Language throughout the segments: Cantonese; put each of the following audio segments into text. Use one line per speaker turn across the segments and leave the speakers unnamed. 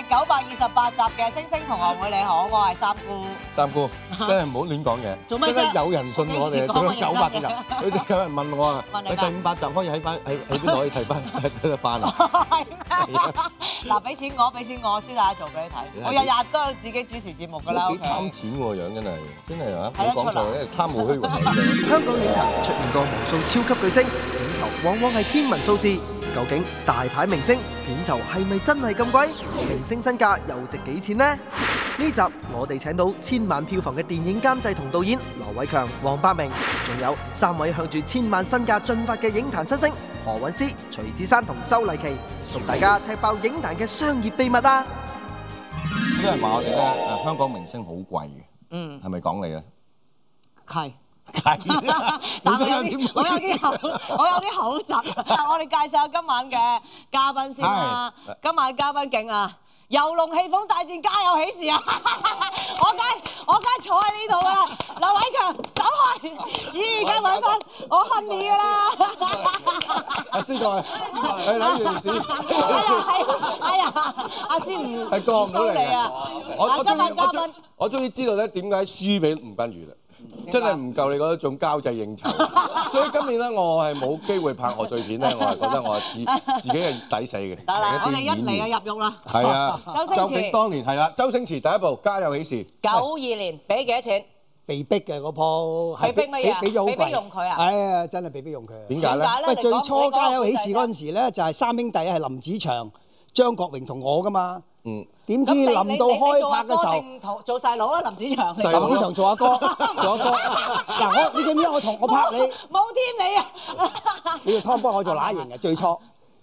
十八集嘅《星星同學會》，你好，我係三姑。
三姑，真係唔好亂講嘢。
做咩啫
真係有人信我哋，做咗
幾時講
九
我
百
認真嘅
集，佢哋有人問我啊，
問你
你
㗎
第五百集可以喺翻喺喺邊度可以 睇翻睇得翻啊？
係咩？嗱，俾錢我，俾錢我，先大家做俾你睇。我日日都有自己主持節目㗎啦。
幾
OK
貪錢喎樣真係，真係啊！
睇得
冇
出
講
啊
錯，因為貪慕虛榮嚟嘅。
香港影壇出現過無數超級巨星，片酬往往係天文數字。究竟大牌明星片酬係咪真係咁貴？明星身價又值幾錢呢？呢集我哋請到千萬票房嘅電影監製同導演羅偉強、黃百鳴，仲有三位向住千萬身價進發嘅影壇新星何韻詩、徐子珊同周麗淇，同大家踢爆影壇嘅商業秘密啊！
好多人話我哋咧，誒香港明星好貴嘅，
嗯，
係咪講你啊？
係。
係啊
但我有啲我有啲口我有啲口窒，但 係我哋介紹下今晚嘅嘉賓先啦
係。
今晚嘅嘉賓勁啊！遊龍戲鳳大戰家有喜事啊！ 我梗係我梗係坐喺呢度噶啦，劉偉強走開，咦而家揾翻我 Honey 噶啦！
阿師代，你攞住條
哎呀
線。，
係哎呀，阿師唔
係過唔到
唔騷
嚟嘅
你啊！
我
嗱
我
今
終於
晚嘉
我終
賓
我終於知道咧點解輸俾吳君如啦，真係唔夠你嗰種交 際應酬，所以今年咧我係冇機會拍賀歲片咧，我係覺 得我自自己係抵死嘅。
得啦，我
做
哋
啲
一
演員
嚟就入獄啦。
係啊，
周星馳
究竟當年係啦，周星馳第一部《家有喜事》，
九二年俾幾多錢？
被逼嘅嗰鋪，係
被逼乜嘢啊
俾俾咗好
被逼用佢啊
貴，係啊，真係被逼用佢啊。
點解咧
點？解呢
喂，
你
最
講你
初
講
家有喜
個
事
故
嗰
仔
陣時咧，就係三兄弟係林子祥、張國榮同我噶嘛。
嗯，
點
咁
知
你
臨
你
到
你你
開
做
拍
阿
嘅時
哥
候，
定同做細佬啊？林子祥嚟
細佬
㗎
林子祥做 阿哥，做阿哥。嗱，我你記唔記得我同我拍你，
冇天理啊！
你個湯幫我做乸型嘅最初。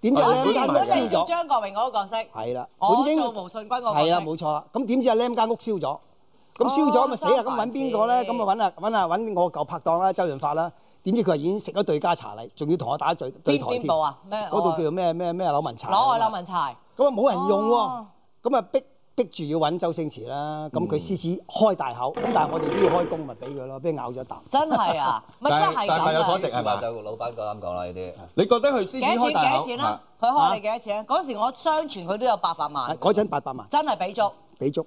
點知
我
阿
知
僆
如
間屋
果啊你
燒
做
咗，
張國榮嗰個角色，
係啦，
我
本
哦做
應
毛信君嗰個角色，哦
係啦，冇錯啦。咁點知阿僆間屋燒咗，咁燒咗咪死啦！咁
三
揾
藩市
邊個咧？咁啊揾啊揾啊揾我舊拍檔啦，周潤發啦。點知佢話已經食咗對家茶禮，仲要同我打對對
邊
台添
邊。部啊？咩？
嗰度叫做咩咩咩柳文茶。
攞我柳。文柴，
咁啊冇人用喎
哦，
咁啊逼逼住要揾周星馳啦。咁佢獅子開大口，咁但係我哋都要開工，咪俾佢咯，俾佢咬咗一啖。
真係啊！咪真
但係
係
但係有所
咁
值
啊！
係嘛？
就老闆夠膽講啦，呢啲
你覺得佢獅
幾
子
多錢？
開
幾
大
多
口？
錢啦
啊？
佢開你幾多錢啊？嗰時我相傳佢都有八百萬，
嗰陣八百萬
真係俾足。
俾足，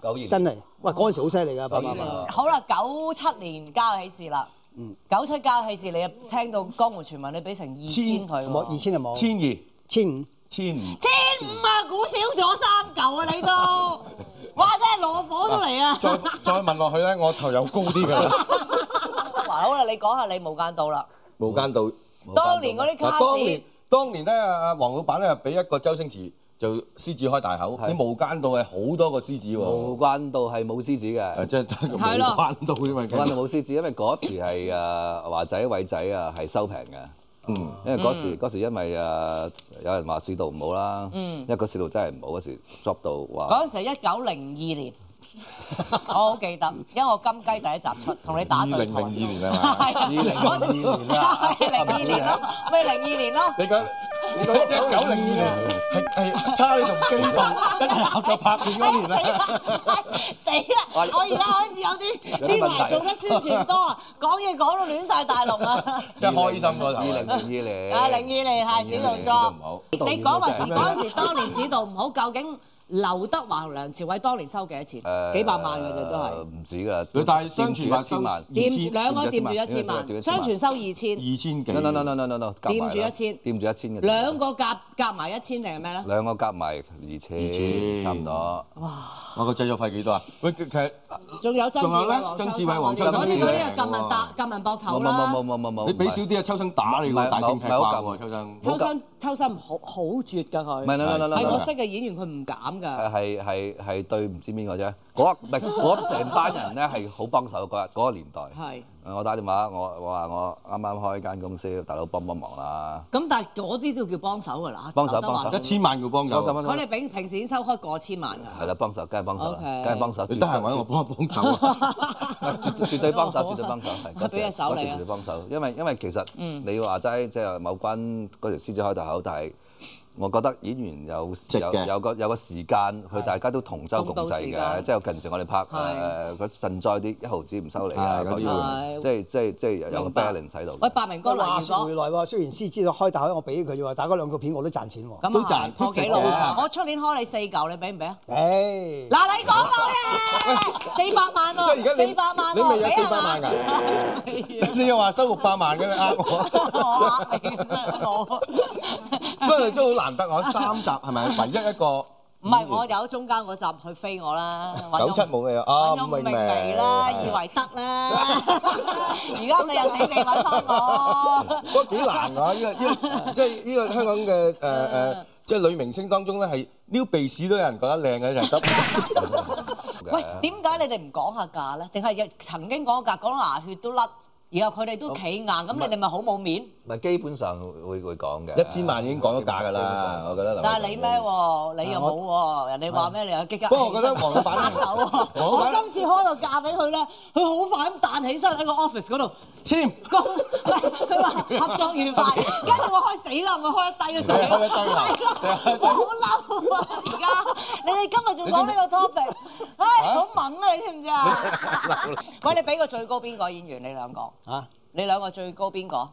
九二
真係，喂嗰陣時好犀利㗎，八百
所以
萬
呢。
好啦，九七年家有喜事啦。九七家有喜事，你聽到江湖傳聞，你俾成二千佢
冇啊二
喎。
千就冇，
千二，
千五。
千五，
千五啊，估少咗三嚿啊， 你都，哇！真係攞火都嚟啊！
再再問落去咧，我頭又高啲㗎啦。
哇好啦，你講下你無間道啦。
無間道。
當年嗰啲卡
嗱，當年
士，
當年咧，阿阿黃老闆咧俾一個周星馳就獅子開大口，
係
啲無間道係好多個獅子
無
喎，
關道係冇獅子
誒
嘅，
即係無
係咯
間道啫嘛
無關道
其實，
冇獅子，因為嗰時係誒華仔偉仔啊係收平嘅。
嗯，
因為嗰時嗰時因為誒有人話市道唔好啦，因為個市道真係唔好嗰時 job 到話
嗰陣時一九零二年，我好記得，因為我金雞第一集出，同你打
二
對
零零二
台。
年係嘛？
係啊
2002年啦
係零二年咯，咪零 二年咯。
你講你講一九零二年係係差你同基道一齊合作拍片嗰年啊
死
啦，
啦！死啦！我而家開始有啲呢排做得宣傳多啊，講嘢講到亂晒大龍啊！
真係開心嗰頭
二零零二年，
啊，零二年係市道
市道唔
多。
好，
你講話時嗰陣時，當年市道唔好，究竟劉德華同梁朝偉當年收幾多錢？
誒
幾百萬嘅啫，都係。
唔止㗎，
佢但係相傳話
一千萬
收。
掂住兩個掂住一千
掂住一
萬，
千萬
相傳收二千，
二千幾
no no no no no no no，夾埋
掂
啦
住一千
掂住一千嘅啫，
兩個夾夾埋一千定係咩咧？
兩個夾埋二
二千
千，差唔多。
我個製作費幾多啊？喂，其實
哦
仲有曾志
仲有
偉、
咧
黃
曾志
秋
偉
生嗰
黃秋
啲，
生
嗰啲
啲
嗰啲
嚟嘅
係撳人搭撳人膊
冇
頭啦。
冇冇冇冇冇，
你俾少啲啊，秋生打你個大聖劈掛
唔係唔係唔係好
喎，
夾
秋生。
秋生秋生好好絕㗎佢，
唔係，no no no no，
係
no，
我識嘅演員，佢唔減㗎。
係係係係對唔知邊個啫。嗰唔係嗰成班人咧係好幫手嗰日嗰個年代。
係
我打電話，我我話我啱啱開間公司，大佬幫幫忙啦。
咁，但係嗰啲都叫幫手㗎啦。
幫手
劉德華
幫手
一千萬佢幫
幫手
手，啊
幫手
佢，哋平平時已經收開過千萬㗎。
係啦，幫手，梗係幫手啦，
OK
梗係幫手。
你得閒揾我幫一幫 手啊！
絕對絕對幫手，絕對幫手，係嗰時
俾隻手
嗰時
你啊
絕對幫手，因為因為其實你話齋即係某關嗰條獅子開大口，但係我覺得演員有
值
有
嘅
有個有個時間，佢大家都同舟
共
共
度
濟
時
嘅，
間
即係近時我哋拍
係
誒嗰賑災啲一毫子唔收你啊
係嗰啲
會
嗰啲，即係即係即係有有個
明白
balance 喺度嘅。
喂，白明哥
個話
嗱，
説回
如果
來喎，雖然師知道開大開，我俾佢啫喎，但係嗰兩個片我都賺錢喎。
咁
都
啊
賺
係破
都值
紀錄
嘅
啊我出年開你四嚿，你俾唔俾啊？
誒，
嗱，你講我嘅四百萬
即係而
喎，
家你
四百萬
你
喎，
咪有
俾啊
400
嘛
萬㗎？
係啊
你又話收六百萬嘅你 呃我，
我呃你嘅真係我，
不過真係好難得，我三集係咪唯一一個？
唔係
Ừ.
我有中間嗰集去飛我啦，揾咗
九七冇咩啊？
揾
伍
咗
明
明媚啦，以為得 啦，而家你又死地揾翻我，
嗰幾難啊！呢個 呢個即係呢個香港嘅誒誒，即係女明星當中咧係撩鼻屎都有人覺得靚嘅，就係 得。
嘅
喂，點解你哋唔講下價咧？定係曾經講過價，講到牙血都甩，然後佢哋都企硬，咁你哋咪好冇面？
唔係基本上會會講嘅。
一千萬已經講咗價㗎啦，我覺得。
但係你咩？喎？你又冇喎，人哋話咩你又激急。
不過我覺得黃老闆
打手喎，
黃老闆
我今次開個價俾佢咧，佢好快咁彈起身喺個 office 嗰度。
簽
公佢話合作愉快，跟住我開死啦，我開得低個嘴，
你開得低啦
係啦我 好嬲啊！而家你哋今日仲講呢個 topic，唉，好猛啊！你知唔知啊？ 喂，你俾個最高邊個演員？你兩個，
嚇
你兩個最高邊個？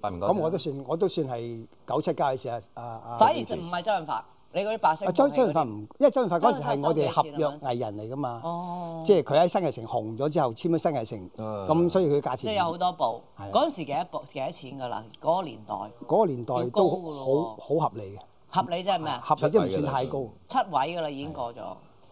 白明哥，
啊咁我都算我都算係九七加嘅事啊啊啊！
反而就唔係周潤發，你嗰啲白色
啊
武器
周
嗰啲。
周潤發唔，因為周潤發嗰陣時係我哋合
周
約
潤發
藝人嚟噶嘛，
哦
即係佢喺新藝城紅咗之後簽咗新藝城，
啊
咁所以佢價
即
錢
係有好多部，
係啊
嗰陣時幾多部幾多錢㗎啦？嗰個年代
嗰個年代
要高
都
㗎咯
好好合理嘅，
合理即係咩啊？
合理即係唔
七位㗎
算
啦
太高。
七位㗎啦，已經過咗。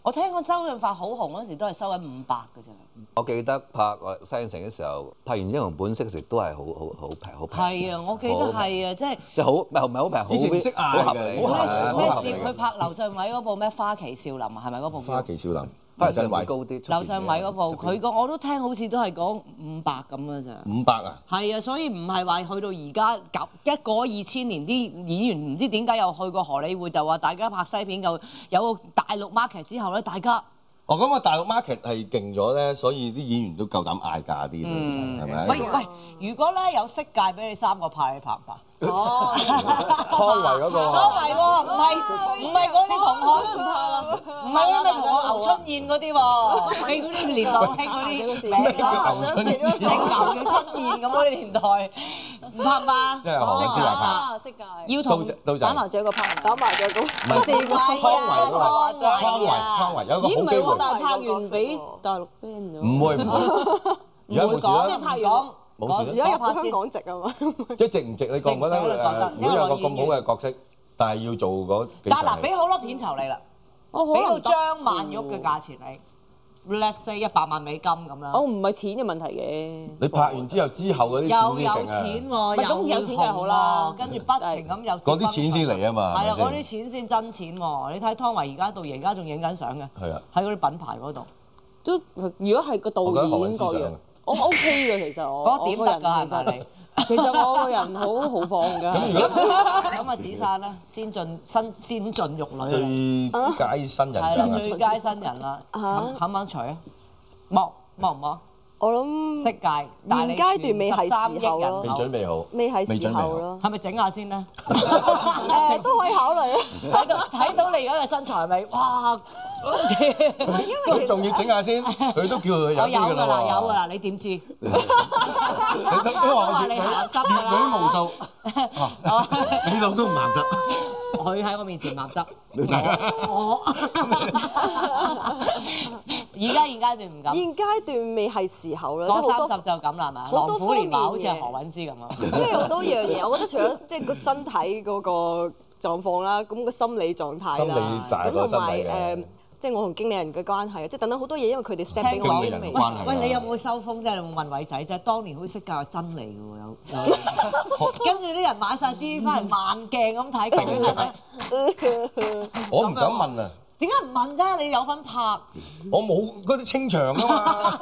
我聽講周潤發好紅嗰陣時都係收緊五百㗎啫。
我記得拍西影城嘅時候，拍完《英雄本色》嘅時候都係好好好平，好平。
係啊，我記得
好平。
係啊，即係
即係好唔係唔係好平，好
以前唔識嗌嘅
好合理，
好
好
合理
合
啊
理
咩事
好合理
咩事？佢拍劉鎮偉嗰部咩《花旗少林》啊，係咪嗰部叫？
花旗少林，
反而
真
上
位
位高啲。出邊
劉鎮偉嗰
出
部，
邊嗯
佢個我都聽好似都係講五百咁嘅咋。
五百啊！
係啊，所以唔係話去到而家九一過二千年啲演員唔知點解又去過荷里活，就話大家拍西片又有個大陸 market 之後咧，大家
哦，咁啊，大陸 market 係勁咗咧，所以啲演員都夠膽嗌價啲，係咪？
喂喂，如果咧有色戒俾你三個派，你拍唔拍？
哦，
唔
湯唯嗰個啊
係喎，唔 係唔係嗰啲同學
唔。怕啦，
唔係啊，你同我牛春燕嗰啲 喎，你嗰啲年代興嗰啲名啦，
牛春燕
姓牛叫春燕咁嗰啲年代，唔怕唔怕？
真係何
識
生之
為
為
怕
拍，
㗎，識㗎，
要
刀
同
仔刀
打
仔
麻。雀個拍，打麻雀個
唔係
四個。
湯唯嗰個，
湯唯啊
湯唯湯唯有一個
咦，唔
好機會。
係喎，但係拍完俾大陸 ban 咗。
唔會唔會，而家
會講
冇
即
事
係
啦。
拍完
講，
冇事
而
啦
家入香港籍啊嘛，
即係值唔值？你覺唔覺
值唔值你覺得
得誒？如果有個咁好嘅角色，但係要做嗰幾
但嗱，
場戲
俾好多片酬你啦，
我
俾
可
到
能
張曼玉嘅價錢你，let's say 一百萬美金咁啦
我，唔係錢嘅問題嘅。
你拍完之後，之後嗰啲
又
錢
有
先
錢
勁啊！
喎，
唔係咁
又
有錢梗係好啦
跟住不停咁有資金
嗰啲錢先嚟啊嘛
係啦，
係咪先
嗰啲錢先真錢喎，你睇湯唯而家到而家仲影緊相嘅，
係啊，
喺嗰啲品牌嗰度。
都如果係個導
我
演
覺
個
得何韻詩上
樣，我 OK 嘅其實我。
嗰點得㗎
我個
係咪
人
你
其實其實我個人好豪放
咁如
㗎，
果
咁啊，紫珊咧，先 進新先進玉女
最佳新人
啦，係
獎
啦，
啊
最佳新人啦，肯肯唔肯娶啊？剝剝唔剝？
我諗
色戒，但
現階段未係
十三億
時候咯
人
未
口
準，備好，
未
未
係時
準備好
候咯，
係咪整下先咧？ À,
誒都可以考 慮啊。
睇到睇到你而家嘅身材係咪？ 哇！
佢仲要整下先，佢都叫佢有
我有
啲㗎
㗎啦，
啦
有㗎
喎。
啦，你點知？
你都都話我
都話你
粵
鹹濕㗎啦
女粵女無數，啊你老公唔鹹濕，
佢喺我面前垃圾，我我 而家現階段唔敢，
現階段未係時候啦，即係
過
好
三
多
十就咁啦，係咪啊？
好
狼
多
虎連環好
方
似
面
係
嘅
何韻詩咁啊！
即係好多樣嘢。 我覺得除咗即係個身體嗰個狀況啦，咁個心理狀態
心
啦，
理大
咁
過
同
心
埋
理嘅
誒。，即係我同經理人嘅關係啊，即係等等好多嘢，因為佢哋 set 俾
聽
我
講
經理人
未
關係啊
喂，你有冇收風啫？你有冇問偉仔啫？當年好識教係真嚟嘅喎，有有 跟住啲人買晒啲翻嚟慢鏡咁睇，究竟係咪？
我唔敢問啊，
點解唔問啫？你有份拍，
我冇嗰啲清場㗎嘛。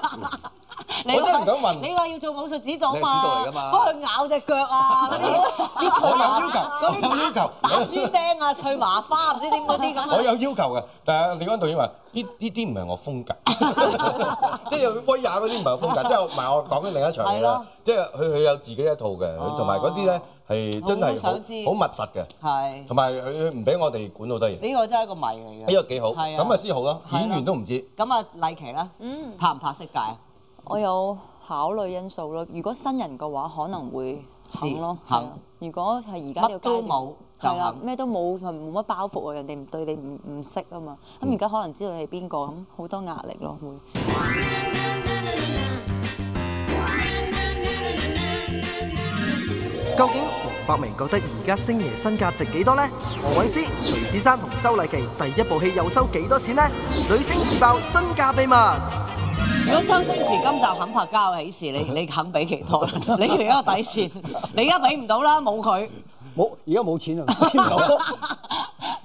你
我真係
話
唔敢問
你話要做武術指導
你係
嘛？
指導嚟㗎嘛
幫佢咬只腳啊，嗰啲 啲
我
脆
有
麻
要求
嗰啲
我有要求
打打書釘啊、脆麻花唔知點嗰啲咁
我
啊。
有要求嘅，但係李安導演話：呢呢啲唔係 我風格，即係威亞嗰啲唔係我風格。即係埋我講緊另一場戲
係咯
啦，即係佢佢有自己一套嘅，同埋嗰啲咧係真係
我好
好好
想知
密實嘅，
係
同埋佢佢唔俾我哋管好多嘢，呢
呢個真係一個謎嚟嘅。
個幾好，
係啊
咁啊先好咯。
係咯
演員都唔知，
咁啊，麗琪啦，拍唔拍色戒啊？
我有考慮因素咯。如果新人嘅話，可能會肯咯。
肯
係啊如果係而家呢
乜
個階
都
段
冇就
係啦
肯，。
咩都冇，同冇乜包袱啊！人哋唔對你唔唔識啊嘛。咁
嗯
而家可能知道你係邊個，咁好多壓力咯，會。
究竟黃百鳴覺得而家星爺身價值幾多呢？何韻詩、徐子珊同周麗淇第一部戲又收幾多錢呢？女星自爆身價秘密。
如果周星馳今集肯拍交嘅喜事，你你肯俾幾多？ 你而家個底線，你而家俾唔到啦，冇佢。
冇而家 冇錢啊，見唔到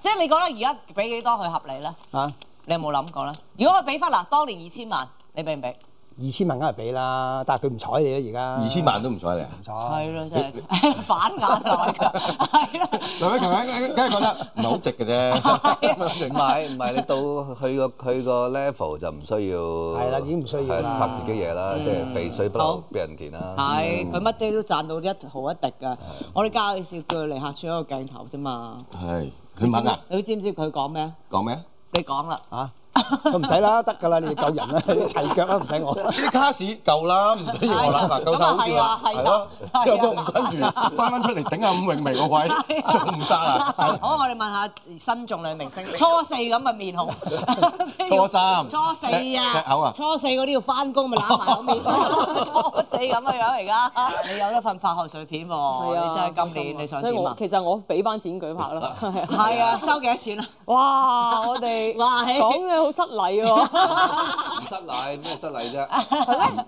即係你覺得而家俾幾多佢合理咧？
啊！
你有冇諗過咧？如果佢俾翻嗱，當年二千萬，你俾唔俾？
二千萬梗係俾啦，但係佢唔睬你啦而家。
二千萬都唔睬 你啊。
唔睬。
係咯，真係 反眼啊！我覺得係啦，
梁偉強梗梗係覺得唔係好 值嘅
唔
啫。
係唔係，你到去個去個 level 就唔需要係
啦已經唔需要
係
啦
拍自己嘢啦，即係肥水不
好
流別人田啦。
係佢乜嘢都賺到一毫一滴㗎。我哋交嘅時叫佢嚟客串一個鏡頭啫嘛。
係佢問啊，
你知唔知佢講咩？
講咩啊？
你講啦。
啊！佢唔使啦，得㗎啦，你哋救人啦，你齊腳啦，唔使我。
呢啲卡士夠啦，唔使要我啦，嗱夠晒好笑啦，
咁啊係啊係啊
係咯
係啊，
有個吳君如翻翻出嚟頂下伍泳薇個位，做唔殺啊！
好，我哋問下新眾女明星，初四咁嘅面孔，
初 三
初四啊，
赤赤口啊
初四嗰啲要翻工咪揦埋口面， 初四咁嘅樣而家，你有得份化學水片
係
喎，
啊，
你真係今年你想
所以
點
我
啊？
其實我俾翻錢佢拍啦，係啊
係啊，收幾多錢啊？
哇！我哋
哇嘿
講嘅好失 禮喎，
唔失禮咩失禮啫？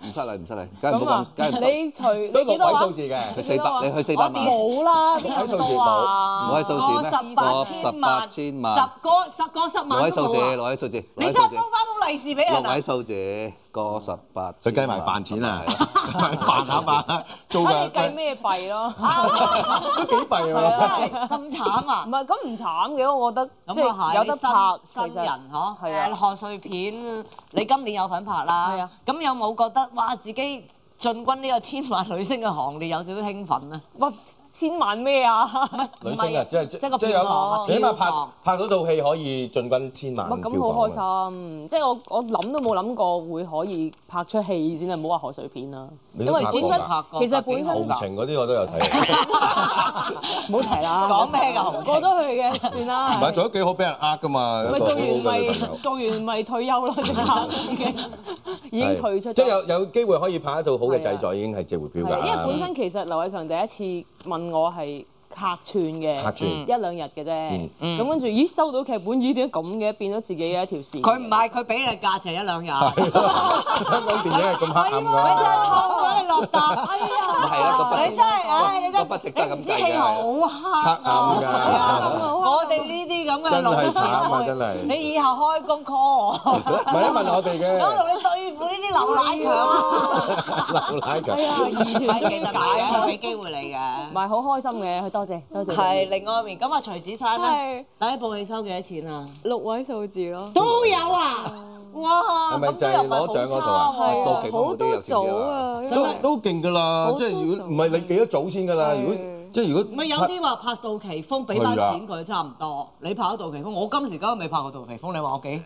唔失禮唔失禮，梗係唔
咁
好
啊
咁，，梗係唔
你除
都
你幾
冇
多
鬼
話
數字嘅，
去四百，你去四百萬，唔
冇啦，邊
睇數
有
字
咁多啊？
好喺數字
個
咩？
十八千萬，
十八千萬
十個十個十
六
萬
位
都
數字，
冇啊！
六位數字，
你
六
真
位
係
數
封
字，
翻封利是俾人
六
啊
位！數字，個十八
佢
千
計埋
萬
飯錢啊
十八，
計埋飯啊嘛，做
睇
嘅
你計咩幣咯？
啊
真
都幾弊喎，真係
係咁慘啊
唔！係咁唔慘嘅，我覺得即
咁啊
係
係，
有得拍
新新人嗬，
係啊
誒賀歲片，你今年有份拍
係
啦
啊，
咁有冇覺得哇自己進軍呢個千萬女星嘅行列有少少興奮啊咧？
哇千萬咩啊？
女星啊，即係即
即係個
係
票房啊
有，起碼
票房
拍拍到套戲可以進軍千萬
哇！
票
咁好
房
開。心，即係我我諗都冇諗過會可以拍出戲先啊，唔好話賀歲片啦。
你
因
都
為
拍
本
過㗎
身其實
啊拍
本
幾
豪
好
身
㗎
情嗰啲我都有睇，
唔好提啦。
講咩㗎豪情
過咗去嘅算啦。
唔係做得幾好，俾人呃㗎嘛。
咪
一個
做
好好
完
嘅女朋
咪
友
做完咪退休咯，即刻已經已經退出咗。
即係有有機會可以拍一套好嘅製作，已經係值回票
係
價
啊
啦。
因為本身其實劉偉強第一次問我係客串嘅，
客串
一兩日嘅啫。咁跟住咦收到劇本，咦點解咁嘅？變咗自己嘅一條線。
佢唔係佢俾你價錢一兩日，佢
香港電影係咁黑暗
真
㗎。
係氹咗你落搭。
哎呀，
係啊個筆
你真係，唉，你真
個筆值
係
得
你唔
咁
知
計
氣
嘅
好黑啊！
啊黑暗㗎
係啊我哋呢啲咁嘅
真係
老前
慘啊
輩
真係
你以後開工 call 我，
唔係你問我哋
我
嘅
同你對付呢啲流奶強啊！
流奶
哎呀，
強，
二
係
條
其
中
實
解
買
啊
佢 俾機會你
唔
嘅。
係好開心嘅，多謝多謝。
係另外一面，咁啊徐子珊咧
係，
第一部戲收幾多錢啊？
六位數字咯，
都有啊！哇，
係咪
咁都
就係
又唔係
攞獎
好
嗰
差
度啊
喎。
到期
好
方嗰啲
多
有錢啲
組
啊。
啊，因
都
為
都勁㗎啦。即係如果唔係你幾多組先㗎啦？如果即係如果
咪有啲話拍到期風俾翻錢佢差唔多，你拍咗到期風，我今時今日未拍過到期風，你話我幾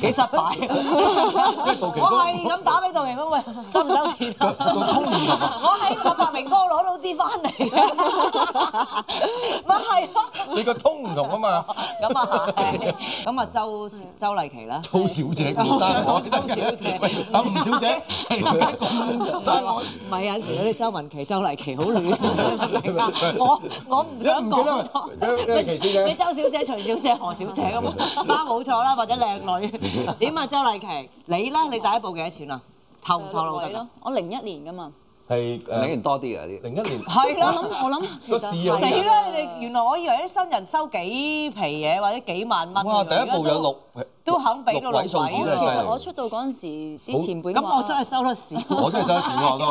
幾失敗？
係杜琪峰
我係咁打俾到期風，喂，收唔收錢啊？
個通年
我喺個白明哥攞到啲翻嚟，咪係咯，
你個通唔同啊嘛，
咁啊 係，咁啊周周麗琪啦。
周小姐唔爭我，喂阿吳小姐，你點解咁爭我？
唔係有陣時嗰啲周文琪、周麗琪好 亂，你明唔明啊？我我唔想講錯，
一唔記得一一期先
你周小姐、徐小姐、何小姐 咁啱冇錯啦，或者靚女點啊？周麗琪，你咧你第一部幾多錢啊？透唔透露
六
得
位
㗎
咯？，我零一年噶嘛，
係
零一
誒
年多啲嘅啲。
零一年
係
我
啦。
諗我諗
個市有
死啦！你哋原來我以為啲新人收幾皮嘢或者幾萬蚊，
哇！第一
原
部
來而家
有
都
六
都肯俾到
六
六
位數字
位
真
喎
其
係犀
實我
利。
出道嗰陣時，
好
啲前輩
咁我真
話
係收得 少。
我真係想試我都。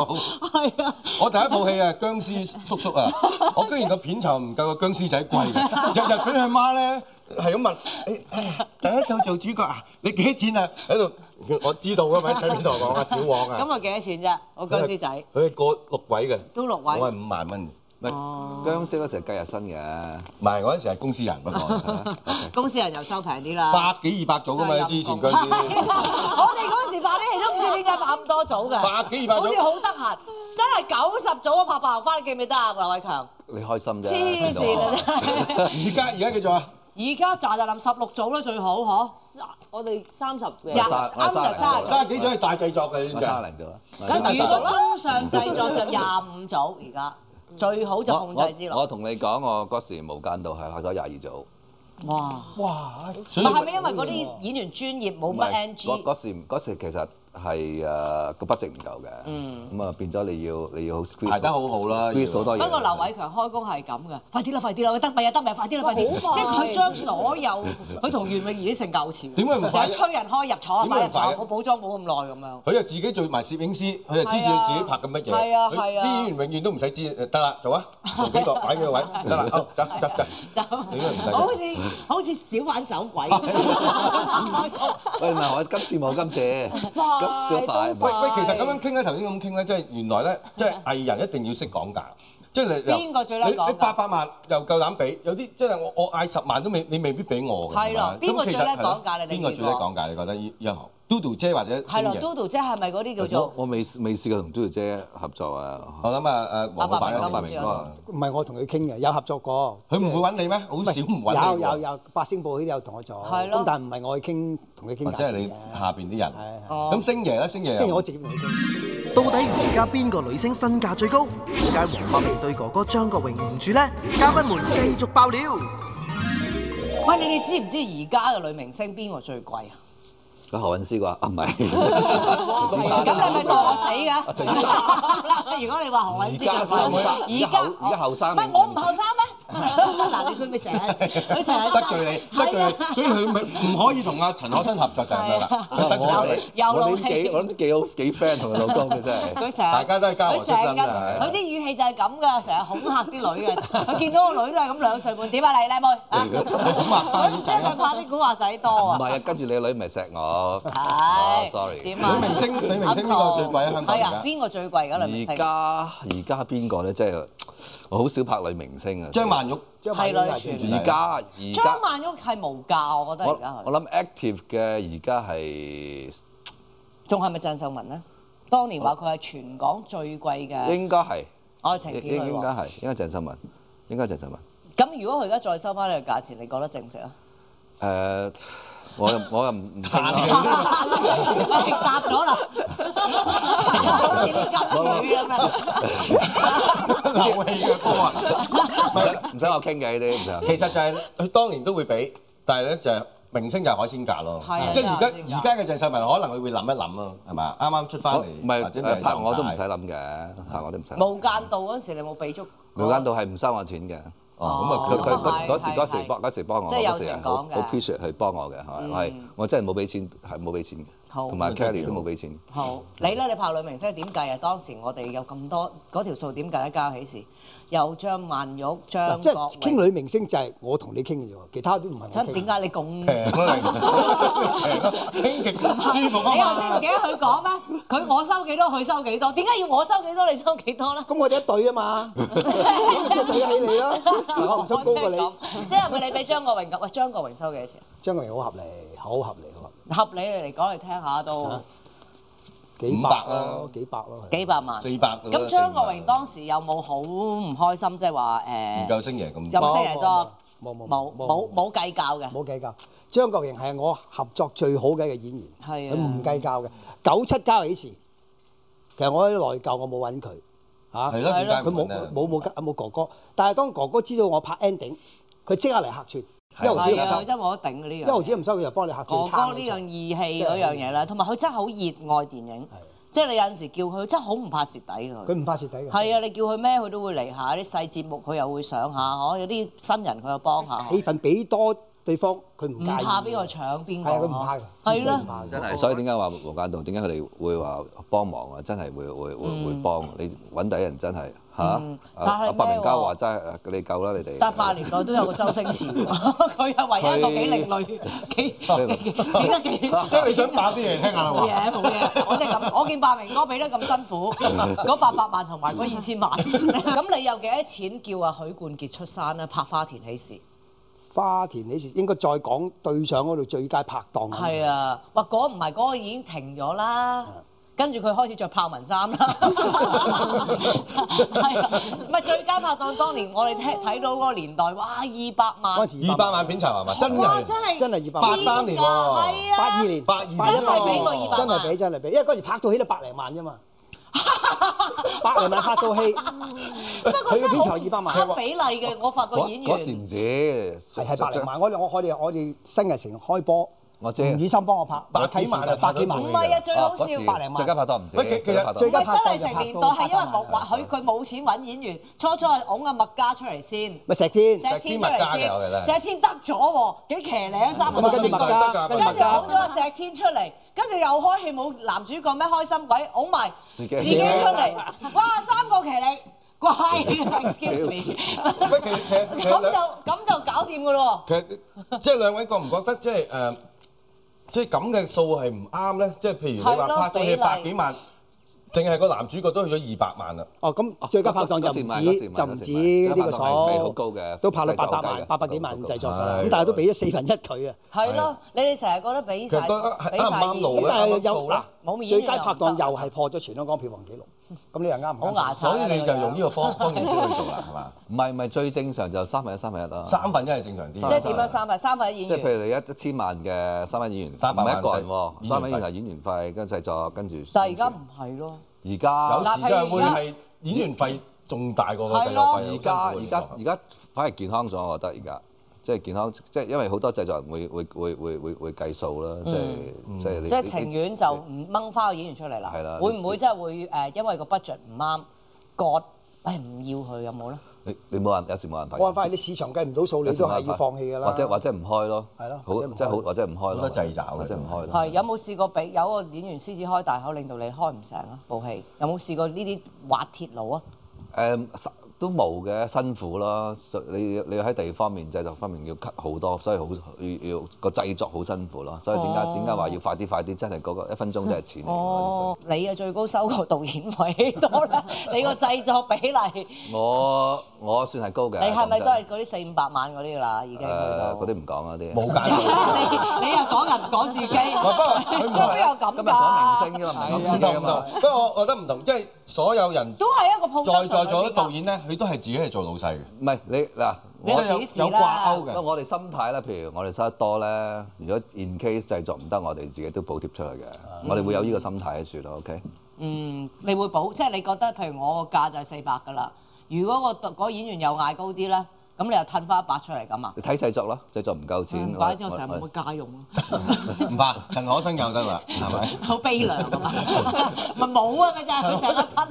係啊，
我第一部 戲啊，《僵屍叔叔》啊，我居然個片酬唔夠個僵屍仔貴 嘅，日日俾佢媽咧係咁問：誒、哎第一套做主角啊，你幾錢啊？喺度我知道㗎嘛，喺邊度講啊，小王啊。
咁啊幾多錢啫？我僵屍仔
佢係過六位嘅，
都六
我
位。
係五萬蚊。
唔係僵屍嗰時係計日薪嘅，
唔係嗰陣時係公司人不
ờ,
過，
公司人又收平啲啦。
百幾二百組㗎嘛，之前僵屍。
我哋嗰時拍啲戲都唔知點解拍咁多組嘅，
百幾二百組
好似好得閒，真係九十組啊！拍《白行花》，你記唔記得啊？劉偉 強，
你開心啫。
黐線啊！真係！
而家而家叫做啊，
而家咋咋冧十六組啦，最好嗬，
啊
我哋三十嘅
廿
我卅我
under
卅
卅
零
組，
卅幾組係大製作嘅，你知唔
我
知
三
啊？
零度啦。
跟住如果中上製作就廿五組，而家最好就控制之
我我
內。
同你講，我嗰時無間道係拍咗廿二組，
哇！
所以
係咪因為嗰啲演員專業冇
唔
乜
係
NG？
嗰嗰時嗰時其實係誒個 budget 唔夠嘅，咁啊變咗你要你要好 squeeze
排得好好啦
，squeeze 好多嘢。
不過劉偉強開工係咁嘅，快啲啦，快啲啦，喂得未啊，得未啊，快啲啦，快啲！
好快
即係佢將所有佢同袁詠儀啲性夠似，
點解唔
成
快
日催人開入廠啊，
點
快入
解唔快
廠，
啊
我補妝冇咁耐咁樣。
佢又自己做埋攝影師，佢就知
係
道
啊
自己拍緊乜嘢。
係啊
佢
係啊
啲演員永遠都唔使知，得啦，做啊，做幾個，擺幾個位，得啦，好，走走走。
就
點解唔得嘅
好似好似小玩走鬼咁。
喂，唔係我今次冇今次，咁快
喂喂，其實咁樣傾咧，頭先咁傾咧，即係原來咧，即係藝人一定要識講價。即係你
邊個最叻講
你
價
你八百萬又夠膽俾，有啲即係我我嗌十萬都未，你未必俾我嘅。
係咯
係嘛
邊個
咁其實
最叻講價你哋
邊個最叻講價？你覺得依一行？Dodo 姐或者
係咯
星爺
，Dodo 姐係咪嗰啲叫
我
做
我未未試過同朱小姐合作啊，
我諗啊誒，黃老闆
阿
有
白
白
明
明
哥
哥。
唔係我同佢傾嘅，有合作過。
佢唔
即係
會揾你咩？好少唔揾
有
你喎
有有，八星報佢都有同我做，
係咯
咁但係唔係我去傾，同佢傾
哦
價
即係
錢
你
嘅
下邊啲人。
係係
咁星爺咧，星爺又
即係我直接同佢傾。
到底而家邊個女星身價最高？點解黃百鳴對哥哥張國榮唔住呢？嘉賓們繼續爆料。
喂？你哋知唔知而家嘅女明星邊個最貴啊？
個何韻詩啩？啊唔係，
咁你咪當我死
啊最
嘅？如果你話何韻詩最貴，
而家後而家後生
唔係我唔後生咩？嗱，你佢咪成日佢成日
得罪你，得罪
係啊
你，所以佢咪唔可以同阿陳可辛合作就係咁樣啦。
我
得罪你，
有
我
腦
諗幾
氣
我諗幾好幾 friend 同佢老公嘅 真係。
佢成日
大家都係家和
佢
出
成
身
日
啊
佢啲語氣就係咁噶，成日恐嚇啲女嘅。佢見到個女都係咁兩歲半，點啊你靚妹啊？
恐嚇翻啲
即
仔
係佢
啊！
怕啲古惑仔多
唔
啊？
係啊，跟住你個女咪錫我。
係
哦，sorry。
點啊？
女明星，女明星呢個最貴喺香港
係啊，
而家。
邊個最貴而家女明
而
星？
家而家邊個咧？即係我好少拍女明星啊。
張曼玉，
張
係
曼
啦
玉
全
係
部
而家而
張
家
曼玉係無價，我覺得
我
而家
我
佢
諗 active 嘅而家係
仲係咪鄭秀文呢？當年話佢係全港最貴嘅
應該係
愛情
應
片女
應該
王。
係應該鄭秀文，應該係鄭秀文。
咁如果佢而家再收翻呢個價錢，你覺得值唔值 啊？
誒，我又我又唔唔清啦。
答咗啦，好似啲金魚咁樣。
流氣嘅歌啊！
唔使唔使我傾嘅呢啲，唔使我傾。
其實就係佢當年都會俾，但係咧就係明星就係海鮮價咯
係啊。
即係而
真係海鮮價
家而家嘅鄭秀文可能佢會諗一諗咯，係嘛？啱啱出翻
我
嚟，
唔係
或者
誒拍我都唔使
大
諗嘅，拍我都唔使諗。
無間道嗰陣時，你有冇俾足？
無間道係唔收我錢嘅。
哦，咁
佢
啊
佢嗰
係
嗰時
係
嗰時
係
幫嗰時幫我，
即係有
嗰時係
情
好
講嘅
好 p r e c i a t 去幫我嘅，係我係我真係冇俾錢，係冇俾錢
好
嘅，同埋
咁都
Kelly
幾好
都冇俾錢。
好，你咧，你拍女明星點計啊？當時我哋有咁多嗰條數點計咧？加起時有張曼玉、張
嗱即
國
係
榮，
傾女明星就係我同你傾嘅啫喎，其他都唔係我
真
傾。
點解你咁？
平咯嚟，平咯，傾極舒服啊
你頭先唔
嘛
記！得佢講咩？佢我收幾多，佢收幾多？點解要我收幾多，你收幾多咧？
咁我哋一隊啊嘛，咁咪即係對得起你咯。嗱我唔想高過你，
即係咪你俾張國榮咁？喂，張國榮收幾多錢？
張國榮好合理，好合理，好合理
合理嚟講，你聽下都
啊幾
五百
百
啦
咯，幾百咯，
幾百萬。
四百㗎啦
咁張國
四
榮
百
當時有冇好唔開心？即係話
唔
誒，
夠星爺咁
有
多
冇星爺多？
冇冇
冇冇冇計較嘅。
冇計較。張國榮係我合作最好嘅一個演員，
係啊
佢唔計較嘅。九七交起時，其實我有啲內疚，我冇揾佢嚇。
係咯點解唔
佢冇
揾啊
冇冇冇哥哥，但係當哥哥知道我拍 ending，佢即刻嚟客串，一毫子
係
唔
啊，
收，
真係冇得頂嘅呢樣嘢。
一毫子唔收佢就幫你客串
哥
撐
哥
你
呢
場
樣義氣嗰樣嘢啦，同埋佢真係好熱愛電影，即係你有陣時叫佢真係好唔怕蝕底㗎。
啊佢唔怕蝕底嘅，
係啊，你叫佢咩佢都會嚟下，啲細節目佢又會上下，嗬，有啲新人佢又幫下，
氣
嗬
氛俾多對方，佢唔
唔
介意。
怕邊個搶邊個，
係啊，佢唔怕嘅，
係
絕對
啦，
唔怕嘅
真係，所以點解話無間道？點解佢哋會話幫忙啊？真係會會會會幫你揾底人真係嚇。啊
但係
阿白明
咩
嘉
喎
話齋，啊你夠啦，你哋。
但係八年代都有個周星馳喎， 佢係唯一一個幾另 類、幾幾幾得幾。
即係你想爆啲嘢嚟聽下啦
冇
嘛？
嘢冇嘢，我哋咁，我見白明哥俾得咁辛苦，
嗯
嗰八百萬同埋嗰二千萬，咁你有幾多錢叫阿許冠傑出山咧？拍《花田喜事》
花田喜事應該再講對上嗰度最佳拍檔。
係啊，哇！嗰唔係嗰個已經停咗啦。
啊
跟住佢開始着豹紋衫啦，係啊，唔係最佳拍檔。當年我哋聽睇到嗰個年代，哇，二百萬
哦嗰，陣時
二百萬片酬啊係嘛？真
哇，
係
真係
真係二百
八
萬，
三年
係
喎，
啊，
八二年，
八二年
真係俾過二百萬
真係俾真係俾，因為嗰時拍到戲都百零萬 啫嘛，百零萬拍到戲，佢嘅片酬二百萬。
啱比例嘅，我發覺
嗰
演
嗰時
員
唔止，
係係百零萬，我哋我我哋我哋新藝城開波，
我知
吳宇森幫我拍
百幾萬啊
百幾萬
唔
拍咗套戲
係啊，最
啊
好笑
嗰時
百零萬
最佳拍檔唔止，
喂其其實
最佳拍檔
最
唔
佳
係
拍
新
檔
麗
就拍
城
到
年代係因為
百
冇
零萬
佢佢冇錢揾演員，初初係拱阿麥家出嚟先，
咪石天，
石天出嚟
石天麥嘉嘅我記得
先，
係
石天得咗喎，幾騎呢啊三個
咁啊跟住
身
麥
高。
家，跟住
跟
麥
住
家
拱咗。阿石天出嚟，跟住又開戲冇男主角咩開心鬼，拱埋
自己
自己出嚟，哇三個騎呢，怪 excuse me，
喂其其其
咁就咁就搞掂噶咯
其實即係兩位覺唔覺得即係誒，即係咁嘅數係唔啱咧？即係譬如你
係
話
咯
拍到
比
戲
例
百幾萬，淨係個男主角都去咗二百萬啦。
哦，咁最佳拍檔就唔止就唔止呢個數，都拍到八百
啊
萬、八百幾萬製作㗎啦。咁但係都俾咗四分一佢啊。
喎，係咯，你哋成日覺得俾
其
晒
實覺得係
俾
啱唔
晒
啱
演
路咧
咁
員，
但係又嗱，
冇面
最佳拍檔又係破咗全香港票房紀錄。咁你又啱唔
好牙
啱？
刷
所以
啊
你就用呢
個
個方方程式去做啦，係嘛？
唔係唔係最正常就三分一三分一啦。
三分一係正常啲。
樣，即係點啊樣三份三份演
即係譬
員，
如你一一千萬嘅三分一演員，唔
300
係一個
萬
人喎，
制
三分一演員係演員費跟製作跟住。
但係而家唔係咯，
而
有
家
時就係會係演員費仲大過個製作費。
而家而家而家反而健康咗，我覺得而家。即係健康，即係因為好多製作人會會會會會會計數啦，即係即係你
即係情願就唔掹翻個演員出嚟
係
啦
啦，
會唔會真係會誒因為個 budget 唔啱割？誒唔要佢有冇咧？
你你冇辦，有時冇辦法。
冇辦法，你市場計唔到數，你
有時
都
冇
係
辦法
要放棄㗎啦。
或者或者唔開咯，
係咯
好
或者唔開
即係好或者唔開
好
咯，
多掣肘嘅
或者唔開咯。
係有冇試過俾有個演員獅子開大口，令到你開唔成啊部戲？有冇試過呢啲滑鐵路啊？
誒實都冇嘅，辛苦啦。所你你喺第二方面製作方面要 cut 好多，所以好要要個製作好辛苦咯。所以點解點解話要快啲快啲？真係嗰個一分鐘都係錢嚟嘅。
哦，你啊最高收個導演費幾多 咧？你個製作比例，
我我算係高嘅。
你係咪
講真
都係嗰啲四五百萬嗰啲啦？已經去
誒
到
嗰啲唔講嗰啲？
冇間道。
你你又講人唔講 自己，即係
唔係啊
邊有咁
今日
㗎？
講明星啫嘛，明
唔
星
同
啫
唔同
嘛。，
不過我我覺得唔同，即係所有人
都係一個碰
在
撞
在座啲導演咧，佢都係自己係做老細嘅，
唔係你嗱，
你
我
即係有
指示
有
啦
掛鈎
不過
嘅。
我哋心態咧，譬如我哋收得多咧，如果 in case 製作唔得，我哋自己都補貼出去嘅。我哋會有呢個心態喺處咯，OK。
嗯，你會補，即係你覺得譬如我個價就係四百㗎啦。如果我嗰個演員又嗌高啲咧，咁你又褪翻一百出嚟咁啊？
你睇製作啦，製作唔夠錢。
唔怪之
我
我成日冇
我
家用啊。
唔怕，陳可辛有得 啦，係咪？
好悲涼啊嘛，咪冇啊咪就係佢成日噴，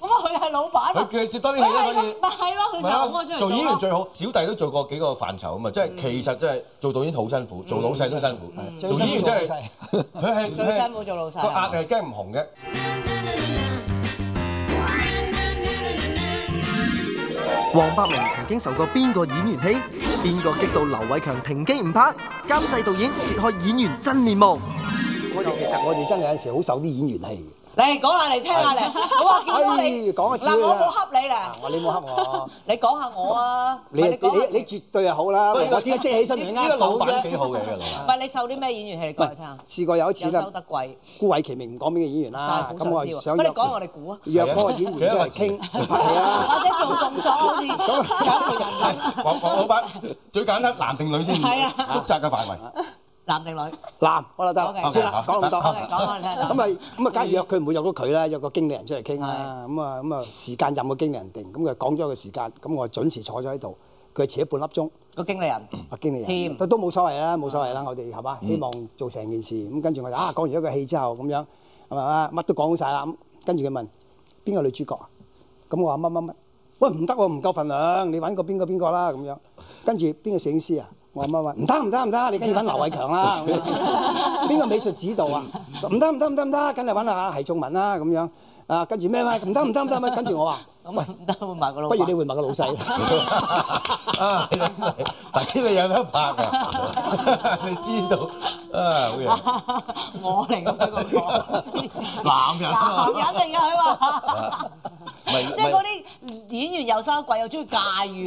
咁啊佢係老闆嘛，
佢叫佢接多啲
佢
戲啦，
係
所
咁。
以
咪係咯，佢就咁
係咯
我出嚟
做演員
做
最
咯。
好，小弟都做過幾個範疇啊嘛，即係其實真係做導演好辛苦，做老細都辛苦，
最
做
辛
演員
苦
真
做老
係
細
佢係
最辛苦做老細
個壓力係驚唔紅嘅。
黃百鳴曾經受過邊個演員戲？邊個激到劉偉強停機唔拍？監製導演揭開演員真面目。
我哋其實我哋真係有陣時好受啲演員氣
嚟講下嚟聽下嚟，我話見到你
哎講一次啦
嗱，我冇恰你咧，
嘅。你冇恰我，
你講下我啊，
你
唔
你
係講下
你絕對係好啦。我啲即起身同你
呢
握
個老
手
闆幾
啫。
好嘅，呢個 老闆
唔係你受啲咩演員戲？你講嚟聽下，
試過有一次
有
咧
收，得貴，
顧偉其明唔講邊個演員
但係
啦
好，
咁
想
我
知喎。
想
不過
約
你講我哋估啊，
約嗰個演員出嚟傾拍戲啊啦。
或者做動作好似掌門人咁，
黃黃老闆最簡單，男定女先，
係啊
縮窄嘅範 圍。
男定女？
男，好啦得啦，
OK
算啦，講咁多。
OK，講我哋聽下
咁。咪咁啊，梗係約佢唔會約到佢啦，約個經理人出嚟傾啦。咁啊咁啊，時間任個經理人定，咁佢講咗個時間，咁我準時坐咗喺度，佢遲咗半粒鐘。
個經理人
啊經理
添
人，都都冇所謂啦，冇所謂啦，我哋係嘛？希望做成件事咁，跟住我就啊講完一個戲之後咁樣，係咪啊？乜都講好晒啦。咁跟住佢問邊個女主角啊？咁我話乜乜乜，喂唔得喎，唔夠份量，你揾個邊個邊個啦咁樣。跟住邊個攝影師啊？我話乜乜，唔得唔得唔得，你梗要揾劉偉強啦。咁樣邊個美術指導啊？唔得唔得唔得唔得，梗係揾阿係仲文啦咁樣。啊，跟住咩咩唔得唔得唔得，跟住我 話
咁啊，唔得換埋個老
不如你
闆
換埋個老細。
啊，你真 係使你有得拍啊！ 你知道啊，好嘢。
我嚟嘅佢個個
男人啊
男人嚟㗎佢話。
唔係
即係嗰啲演員又生貴又中意駕馭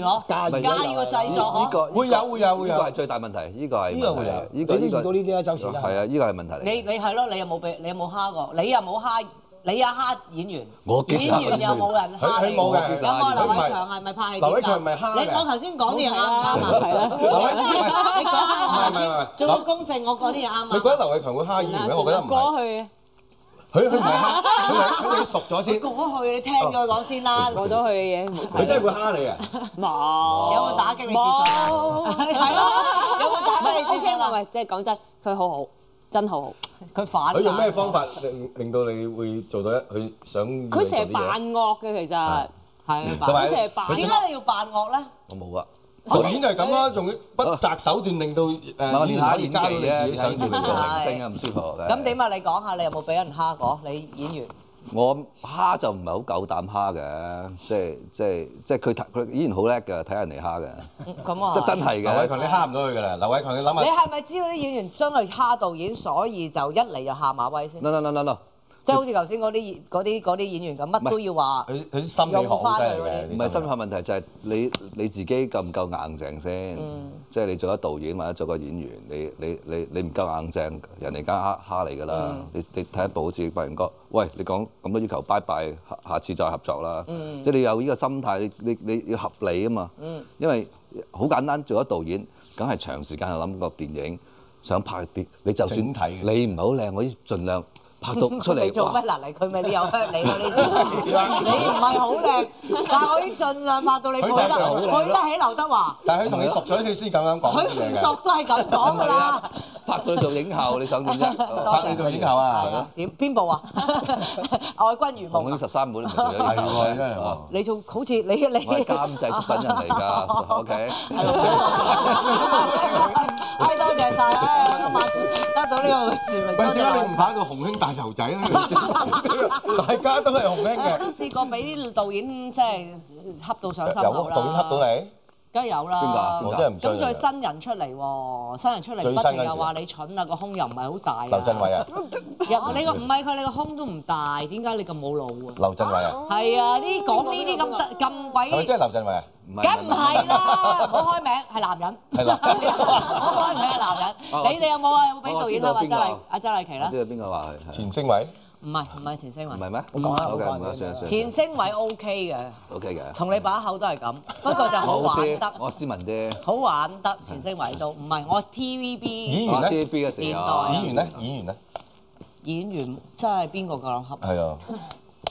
嗬，
唔係
駕馭個製作
呢
嗬。
個
會有會有會有
呢個係最大問題，呢個係
呢個
問題
會有
嚟
你都
呢個
遇
呢個
到呢啲啦，周時啦。
係啊，呢個係問題嚟。
你你係咯，你又冇俾你又冇蝦過，你又冇蝦，你又蝦演員，
我幾時蝦
演
過
員又冇人蝦你
佢佢冇嘅
咁啊，劉
佢唔係
偉強係咪拍戲點
劉
㗎？
偉強唔係蝦嘅
你我頭先講啲嘢啱唔啱啊？
係啦
劉偉
你講下我
唔係
頭
唔係唔係
先做個公正，我講啲嘢啱唔
你覺得
啱？
劉偉強會蝦演員咩？我覺得唔係，
過去
佢佢唔係蝦，佢係佢哋熟咗先，
過去你聽咗佢講先啦，有
過咗去
ờ,
嘅嘢冇
佢真係會蝦你啊！
冇
冇打擊你自信
à?
啊？係咯，有冇打擊你
你
自
聽
信
我
啊？
喂，即係講真，佢好好，真好好。
佢反
佢用咩方法令令到你會做到一佢想要你做
佢
啲
成日
嘢
扮惡嘅，其實
係
同埋
佢成日扮
佢
點
真
解你要扮惡咧？
我冇啊，
導演就係咁啦，用不擇手段令到
唔係我
誒
練
演
下
下
演
演
技
技
啫，
咧，
練
自己
下
想
演
要嘅嘢。
技做明星啊，唔舒服嘅。
咁點啊？你講下你有冇俾人蝦過？你演員
我蝦就唔係好夠膽蝦嘅，即係即係即係佢睇佢依然好叻嘅，睇人哋蝦嘅，
咁啊？
即係真係
劉偉
嘅。
強你蝦唔到佢㗎啦，劉偉強你諗
你
下，
係咪知道啲演員將佢蝦導演，所以就一嚟就下馬威先？
no no no no no，
即係好似頭先嗰啲嗰啲嗰啲演員咁，乜都要話。
佢佢心理學好犀利嘅，
唔係深刻問題就係你你自己夠唔夠硬淨先，即係你做咗導演或者做個演員，你你你你唔夠硬淨，人哋梗蝦蝦你㗎啦。你你睇一部好似白雲哥，喂，你講咁多要求，拜拜，下下次再合作啦。即係你有呢個心態，你你你你要合理啊嘛。因為好簡單，做咗導演，梗係長時間去諗個電影，想拍啲，你就算
整體嘅
你唔係好靚，我都盡量拍到 出
你
嚟。
做
哇
咩嗱？嚟佢咪你 又 hurt 你咯？呢次你唔係好靚，但係我已經盡量拍到你配
佢
得
就係好靚咯
配得起劉德華。
但係佢同你熟咗先先咁樣講
佢
啲嘢
唔
嘅
熟。都係咁講㗎啦。
拍到做影後，你想點 啫？
拍你到影後
係
啊！
咯
點邊部啊？ 愛君如
同嗰啲
夢啊。
十三妹都唔係做咗影
係
後
喎，真係
嘅。
喎
啊。
你做好似你你
我係監製出品人嚟㗎，OK。
哎，多謝晒！哎我今晚得到呢個殊榮，
喂，
多
點解
謝
你唔拍到紅兄大頭仔咧？ 大家都係紅兄
我。我都
嘅，
試過俾啲導演即係恰到上心
有
口啦。
導演恰到你，
梗係有
邊個
啦
啊。
我真係唔
咁再
信。
新人出嚟喎，新人出嚟
最新
不
嗰陣時
停又話你蠢啊，個胸又唔係好大啊。
劉鎮偉啊，
又你個唔係佢，你個胸都唔大，點解你咁冇腦啊？
劉鎮偉啊，
係啊，呢啲講呢啲咁得咁鬼
係咪，真係劉鎮偉啊？
梗唔係啦，唔好開名，係男人。
係啦，
我開名係男人。
哦我知
你哋有冇啊？有冇俾
哦我
導演
知道
啊？
邊個
周麗阿周麗琪
我
啦
知，道邊個話佢係
錢星偉，
唔係唔係錢星
唔
雲，
係咩？我
講下
，OK，
我講
唔該，算啦算
錢
啦
星偉 OK 嘅，
，OK 嘅。
同你把口都係咁，不過就好
好
玩
啲，
得，
我斯文啲。
好玩得錢星偉都唔係我 TVB
演
我
員咧，
TVB 嘅時
年
候
代，
演員咧，演員咧，
演員真係邊個夠膽恰？
係啊，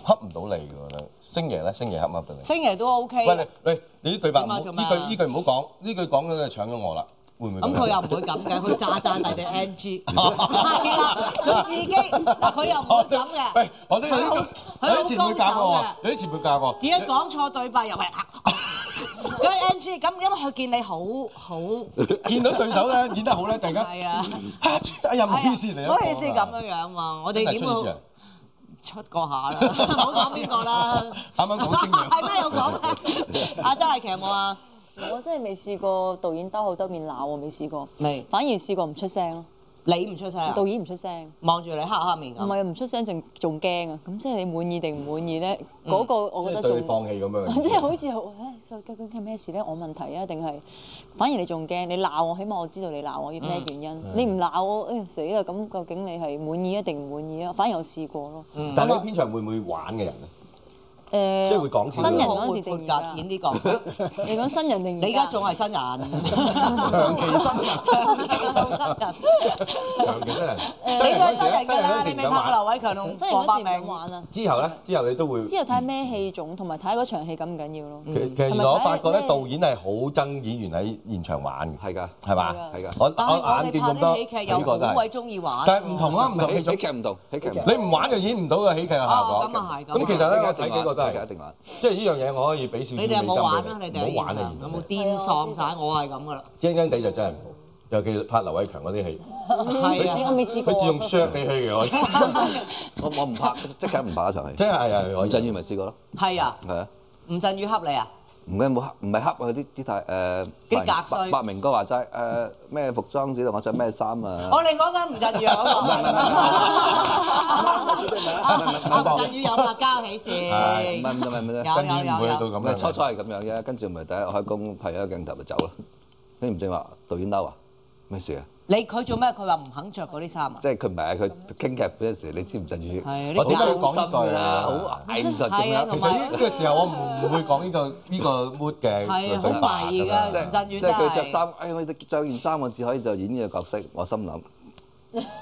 恰唔到你㗎，我覺得。星爺咧，星爺恰唔恰到你？
星爺都 OK，
喂你喂，你啲對白唔
你
好，
話
呢
做
句
咩啊
呢句唔好講，呢句講咗就搶咗我啦，會唔會
咁
咁樣？
佢 又唔會咁嘅，佢炸炸地地 NG，係啦，佢自己嗱佢又唔會咁嘅。
喂，我都有
佢
啲
好
有
佢好
啲前輩教
高
過
手嘅
喎，有啲前輩教過。
點解講錯對白 又係啊？咁 NG 咁，因為佢見你好好
見到對手咧演得好咧，突然間，
係啊，
哎呀唔好
哎呀
意思你，
唔好意思咁樣樣嘛，我哋
真係
點
出呢
會
張
出過下啦？唔好講邊個啦，
啱啱 講星
係咩
爺，
有 講？阿周麗琪有冇啊？
我真係未試過導演兜口兜面鬧，我未試過，
未，
反而試過唔出聲咯，
你唔出聲啊，
導演唔出聲。
望住你黑黑面
唔
咁。
係唔出聲，仲仲驚啊！咁即係你滿意定唔滿意咧？
嗯
嗰、個我覺
即
得
係對
仲
你放棄咁樣。
哦即係好似好誒，究竟係咩事咧？我問題啊，定係反而你仲驚？你鬧我，起碼我知道你鬧我要咩原因。你唔鬧我，誒死啦！咁究竟你係滿意啊定唔滿意啊？反而我試過咯。
但係你喺片場會唔會玩嘅人咧？
誒，
嗯即係會講笑
新人
好
嗰陣
活潑
時定
㗎，
而
演
家？
啲角色。
你講新人定啊而家？
你而家仲係新人，
長期新人，
長期做新人。
長期新人，
你
真
都
係
係
嗰
新人㗎
時新人嗰
啦，
時
你
唔
未
敢
拍過
玩
劉偉強同
新人
黃
嗰
百
時唔敢
鳴。
玩啊！
之後咧，之後你都會。
之後睇咩戲種同埋睇嗰場戲咁緊要咯。
其其實原來我發覺咧，導演係好憎演員喺現場玩嘅，
係㗎，
係嘛？
係㗎。
我
但係
我
我
眼
哋
見
拍
咁多
啲喜劇又好鬼
係，
中意玩喎。
但係唔同啦，唔同
喜
戲
喜
種，
劇唔同，喜劇唔
你
同。
唔玩就演唔到嘅喜劇嘅效果。
哦咁啊係咁啊
咁其實咧，我
一定
睇幾個都
玩，一
係，
定玩。
即係呢樣嘢我可以俾少少
你哋有冇玩啊？你哋喺
唔好玩
現
啊
場！有
現
冇
場
癲喪晒？我係咁噶啦，
精精地就真係唔好，尤其拍劉偉強嗰啲戲，
係
你
啊
我。未試過
佢
啊。
自動削你去嘅，我
我我唔拍，即刻唔拍一場戲。
真係係
吳
可
鎮
以。
宇咪試過咯，
係啊，
係啊。
吳鎮宇恰你啊，
唔係冇黑，唔係黑啊！啲啲太誒，
啲格衰
白白明哥話齋誒咩服裝指導我着咩衫啊？
我哋講緊吳鎮宇嗰個。吳鎮宇有拍交喜事，
唔係唔係唔係唔係，
真演唔會
有
去到
有有。
咁啊
咁
初
樣
初。係咁樣啫，跟住咪第一日開工拍一個鏡頭咪走啦。跟住吳正話導演嬲啊，咩事啊？
你佢做咩？佢話唔肯着嗰啲衫啊。
即係佢唔係佢傾劇本嗰陣時，你知吳鎮宇
係
我
你
點解要
搞
講呢句啊？
好矮術咁
係啊
樣
其。實呢個時候我唔唔會講呢個呢個 mood 嘅
係啊
對白
好迷㗎
咁樣
即係
吳鎮宇
即係佢
真
着
係
衫，哎呀，我着件衫我只可以就演呢個角色，我心諗，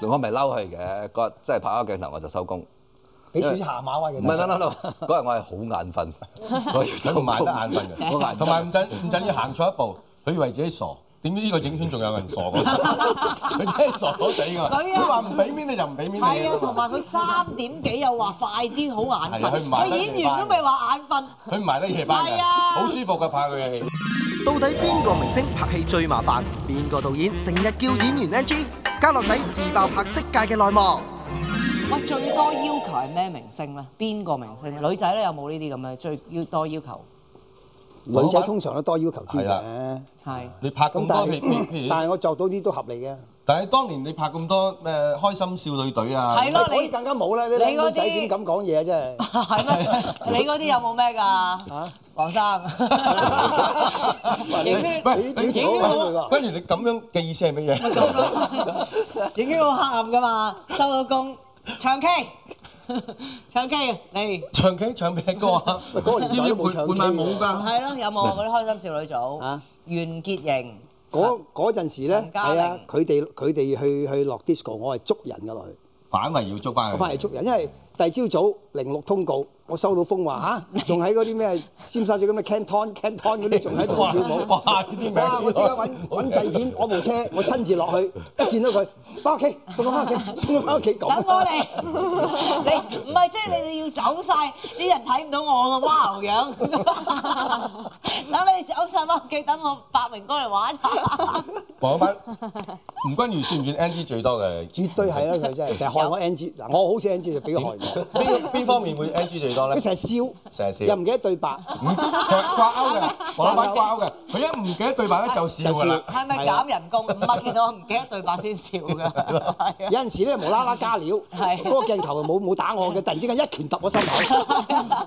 我咪嬲佢嘅，嗰日真係拍一個鏡頭我就收工。
俾少少下馬啊威嘅。
唔係，唔係唔係，嗰日我係好 眼瞓，我其實
同埋得眼瞓
我眼
嘅，
瞓
同埋吳鎮吳鎮宇行錯一步，佢以為自己傻，點知呢個影圈仲有人傻過佢，佢真係傻咗地㗎。
佢啊
佢話唔俾面你就唔俾面你
係啊，
㗎
同
嘛。
埋佢三點幾又話快啲，好眼
係啊佢
瞓。
唔係
佢演完都未話眼瞓。
佢唔埋得夜班
係
嘅，
啊
好舒服㗎拍佢嘅戲。
到底邊個明星拍戲最麻煩？邊個導演成日叫演員 NG？家樂仔自爆拍色戒嘅內幕。
喂，最多要求係咩明星咧？邊個明星？女仔咧有冇呢啲咁嘅最要多要求？
女仔通常都多要求啲
係啦
嘅。
係
你拍
咁
咁多
但
戲，譬
係
如
但係我做到啲都合理嘅。
但係當年你拍咁多誒開心少女隊啊，
係咯
嗰啲更加冇啦，啲
你嗰啲
僆妹仔點敢講嘢啊真係。
係咩？你嗰啲有冇咩㗎？黃生， 影
喂
圈
喂，你
表情
你
好黑佢㗎
跟住你咁樣嘅意思係乜嘢？
影圈好黑暗㗎嘛，收到工唱 K，唱 K 你
唱 K 唱咩歌啊？
喂嗰個年代都冇唱 K
呢啲伴伴舞㗎。
係咯？有冇嗰啲開心少女組？
啊
袁潔瑩
嗰嗰陣時咧，
陳嘉玲
係啊，佢哋佢哋去去落 disco，我係捉人㗎落去，
反為要捉翻佢。
我翻嚟捉人，因為第二朝早零六通告，我收到風話嚇，仲喺嗰啲咩尖沙咀咁嘅 Canton Canton 嗰啲仲喺度
哇
跳舞。
哇！呢啲名
哇！我即刻揾揾製片，我 部車我親自落去，一見到佢，翻屋企送佢 翻屋企，送佢翻屋企
等我
咁。
嚟，你唔係即係你哋要走晒，啲人睇唔到我個哇牛樣。等你哋走晒翻屋企，等我百明哥嚟玩下。
黃老闆，吳君如算唔算 NG 最多嘅？
絕對係啦，佢真係成日害我 NG，嗱我好似 NG 就 俾佢害我，
邊邊方面會 NG 最多咧
佢？成日笑，
成日笑
又唔記得對白，
唔其實掛鈎嘅，黃老闆掛鈎嘅，佢一唔記得對白咧就笑㗎啦。
係咪減人工？唔係，其實我唔記得對白先笑㗎。係啊
有陣時咧無啦啦 加料，
係
嗰個鏡頭冇冇打我嘅，突然之間一拳揼我心 口。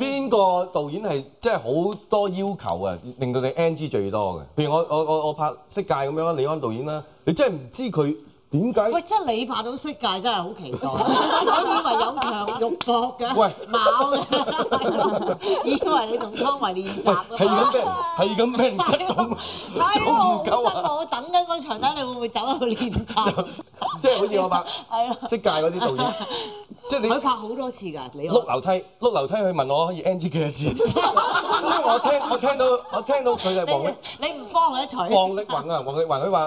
邊個導演係即係好多要求啊，令到你 NG 最多嘅？譬如我我我我拍《色戒》咁樣啦，李安導演啦，你真係唔知佢點解
喂，真係你拍到色戒真係好期待，我以為有場肉搏嘅，
喂
冇嘅，以為你同湯唯練習啊
喂係咁
嘛
俾。人係咁俾人 cut 到
係
做
咯，
唔
好失
夠啊！
望！我等緊嗰場等，你會唔會走去練習？
即係好似我拍
係咯
《色戒》嗰啲導演，即係你
佢。拍好多次㗎，你
碌啊樓梯，碌樓梯佢問我可以 NG 幾多次，因為我聽我聽到我聽到佢係黃力
你唔慌佢一除，
黃力宏啊，黃力宏佢話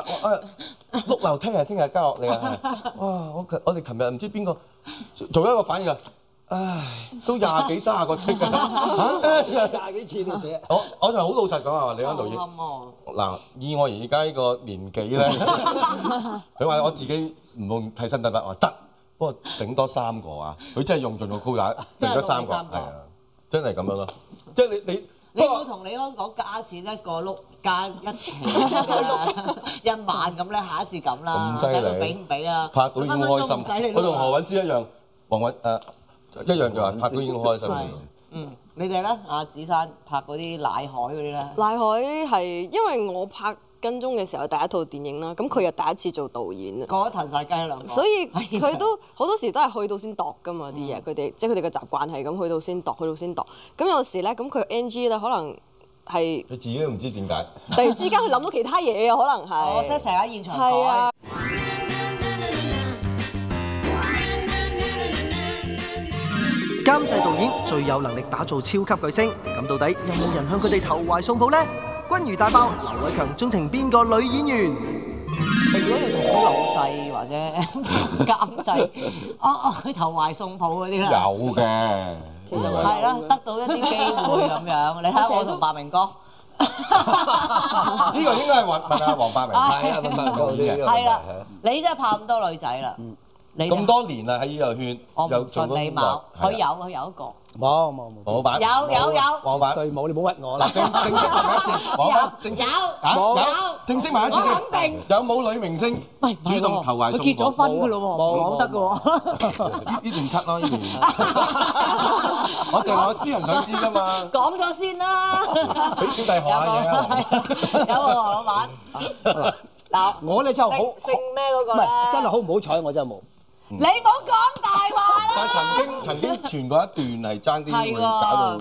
啊碌樓梯係聽日交落嚟啊，哇！我琴我哋琴日唔知邊個做一個反應啊，唉，都廿幾三十個剔㗎，嚇
廿幾次你寫，
我我就好老實講啊，李安導演。
好暗哦
嗱，以我而家呢個年 紀咧，佢話我自己唔用替身得唔得？我話得，不過整多三個啊！佢真係用盡個高打，整多三
真
個，
係用咗三
係
個
啊，真係咁樣咯。即係你
你
你，不
冇
過
同李安講加錢一個碌加一期 一萬咁咧，下一次咁啦，
咁犀利
睇佢俾唔俾啦？
拍到已經好
分分
開
鐘唔使
心
你，
我同
碌
何
啊
韻詩一樣，黃韻誒一樣就話
韻詩
拍到已經好開心。
係嗯，你哋咧，阿子珊拍嗰啲奶海嗰啲咧，
賴海係因為我拍跟蹤嘅時候第一套電影啦，咁佢又第一次做導演啊。
講得騰晒雞兩個。
所以佢都好多時都係去到先度噶嘛啲
Ừ。
嘢，佢哋即係佢哋嘅習慣係咁去到先度，去到先度。咁有時咧，咁佢 NG 咧，可能係
你自己都唔知點解。
突然之間佢諗到其他嘢啊，可能係。
哦我即係成日喺現場
係
改。
啊，
監製導演最有能力打造超級巨星，咁到底有冇人向佢哋投懷送抱呢？君如大爆，劉偉強鍾情邊個女演員？
如果要同啲老細或者 監製，哦哦，佢投懷送抱嗰啲啦，
有啊嘅，其
實係
係啦，得到一啲機 會咁樣。你睇下我同白明哥，
呢個應該係問問下黃百 鳴。
係啊，問問講呢個問題
係啦
係啊，
你真係拍咁多女仔啦，你
咁多年啦喺呢個圈，
我
又
唔
做
信
咗
你
咁耐
冇，佢有
係啦
佢有一個，
冇冇冇，
黃版
有有有，
黃版
對冇你冇屈我啦
嗱，。
Dạ.
正正式問一次，黃版正式啊
冇
有正式問一次先
我肯定
有冇女明星
喂唔係
主動
喎
投懷
佢
送抱？
結咗婚㗎咯喎，唔講得 㗎喎。
呢呢段 cut 咯，呢段。我就係我私人想知啫嘛，
講咗先啦，
俾小弟學下
Dạ
嘢啊。
有冇黃老闆？嗱，
我咧真係好，
姓咩嗰
唔
個咧？
係真係好唔好彩，我真係冇。
你冇講大話啦！
但係曾經曾經傳過一段係爭啲會
係喎
搞到，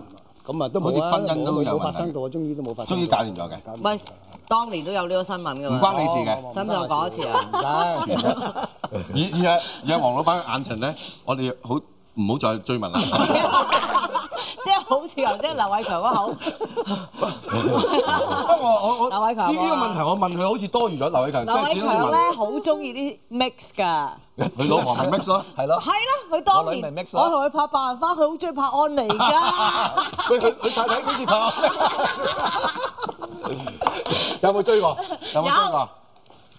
咁啊都冇啊
好似婚姻都有
冇
問題
冇發生啊過，終於都冇發生過。
終於搞掂咗嘅，
唔係，當年都有呢個新聞㗎
唔
嘛。
關你事嘅。
使唔使我講一次啊？
唔使。
而而係而係黃老闆嘅眼神咧，我哋好唔好再追問啦？
即係好似頭先劉偉強 嗰口，
不過我我我
劉偉強
呢呢個問題我問佢好似多餘咗劉偉強，即
劉
係
偉
只
強
能
咧好中意啲 mix 㗎。
問佢老婆係 mix 咯。
係咯
係。啦，佢當
我女
年
咪
我
mix 咯
同佢拍《白蘭花》，佢好中意拍安妮 㗎。
佢佢佢太太幾時拍？有冇追過？有冇追過？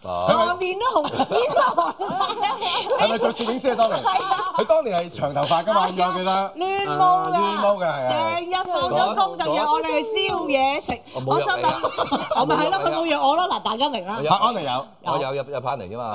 係咪
下面 都紅，邊度
啊
紅？
係咪做攝影師啊？當年佢當年係長頭髮㗎嘛，我記得。
亂毛
啊亂毛嘅係啊。
成日放咗工就約我哋去燒嘢食，
我
我
冇
心
約你啊
諗，我咪係咯，佢冇約我咯，嗱大家明啦
我。
拍安妮有。
我有入入翻嚟 啫嘛，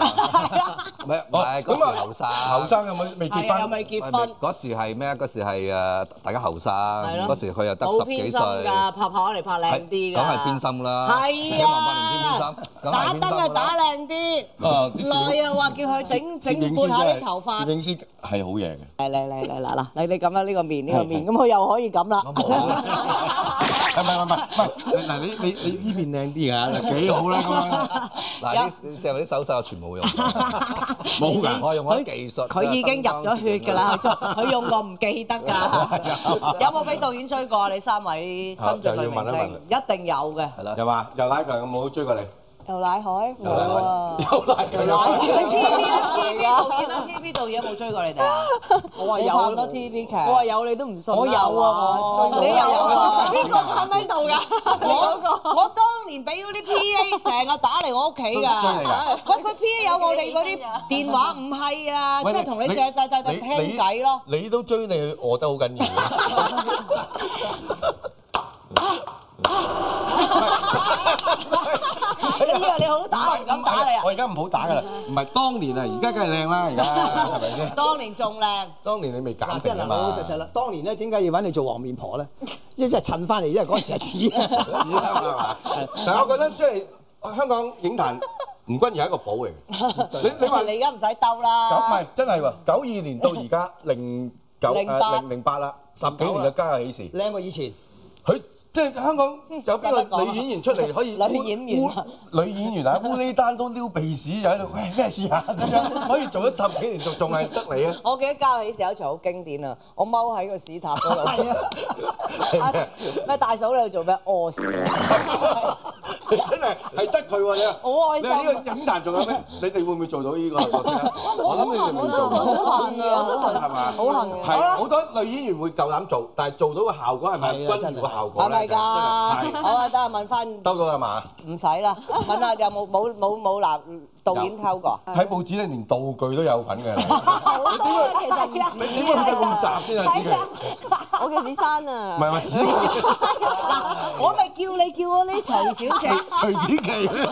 唔係唔
哦
係嗰時後生，
後生有冇未
係
結
啊，又
婚？
未結
唔係
婚，
嗰時係咩？嗰時係誒大家後生，
係
嗰
咯。
時佢又得
冇
十
偏
幾
心
歲，
㗎，拍拍嚟拍靚啲㗎。
梗係偏心啦，
係
一萬八
啊
年，偏偏心，梗
打
係偏心
燈
㗎
啊打
啦
靚啲，
啊！啲攝
內
影
又話叫佢整整
攝影
半
師
下
真係
啲頭
攝
髮。
影師係好嘢嘅。
嚟嚟嚟嚟嗱嗱，你你咁啦，呢個面呢個面，咁佢又可以咁啦。
唔係唔係唔係，嗱你你你呢邊靚啲㗎，幾好啦咁
嗱，呢即係啲手勢我全冇用，冇
㗎
我用我啲技術。
佢已經入咗血㗎啦，佢用我唔記得㗎。有冇俾導演追過你三位新晉女明星？一定有嘅。
樣。又話又拉佢有冇追過你？
游奶海
Dạ,
冇啊，
又拉佢有冇
TVB 啦，TVB 導演啦，TVB 導演有冇追過你哋啊？
我話
你拍
有，
咁多 TVB 劇，
我話有你都唔信啦。
我有啊，我
你有啊？
呢個仲喺咪度㗎？ 我我當年俾嗰啲 PA 成日打嚟我屋企
追你㗎
㗎。喂，佢 PA 有我哋嗰啲電話唔係啊，即
喂
係同你借借借
你
借聽仔 咯。
你你都追你，餓得好緊要。
你以為你好打人咁打你啊
我？而家唔好打㗎啦，唔係當年啊，而家梗係靚啦，而家係咪先？
當年仲靚。
當年你未減
嗱，即
肥
係
啊
嗱，
嘛
老。老實實啦。當年咧，點解要揾你做黃面婆 咧？因為真係襯翻嚟，因為嗰陣時係似。
屎啦係啊嘛？但係我覺得即係香港影壇吳君如係一個寶嚟嘅。你你話
你而家唔使兜啦。
九唔係真係喎？九二年到而家零九誒
08
零零八啦，十幾年嘅家有喜事。
靚過以前。
佢即係香港有邊個女演員出嚟可以
女演員啊
烏女演員啊烏呢單都撩鼻屎就喺度 喂咩事啊咁樣可以做咗十幾年仲仲係得你啊！
我記得交起時有一場好經典啊！我踎喺個屎塔 嗰
啊
度，阿咩大嫂你去做咩屙屎？
真係係得佢喎你啊！
好開
你
心
話呢個影壇仲有咩？你哋會唔會做到呢個角色啊？我諗你哋未做到。
好幸啊，好幸
係嘛？
好幸啊。
係好多女演員會夠膽做，但係做到個效果係咪
係啊
君如嘅效果
係
咧？
咪㗎？
真係係
好啊，得啊，問翻唔
兜到啦嘛？
使啦，問下有冇冇冇冇男導演溝過？
睇報紙咧，連道具都有份嘅。
好多啊，其實以
你點解會咁雜先啊？子佢
我嘅子珊啊
唔。係話子佢
我咪叫你叫我呢徐小姐，
徐子淇啫。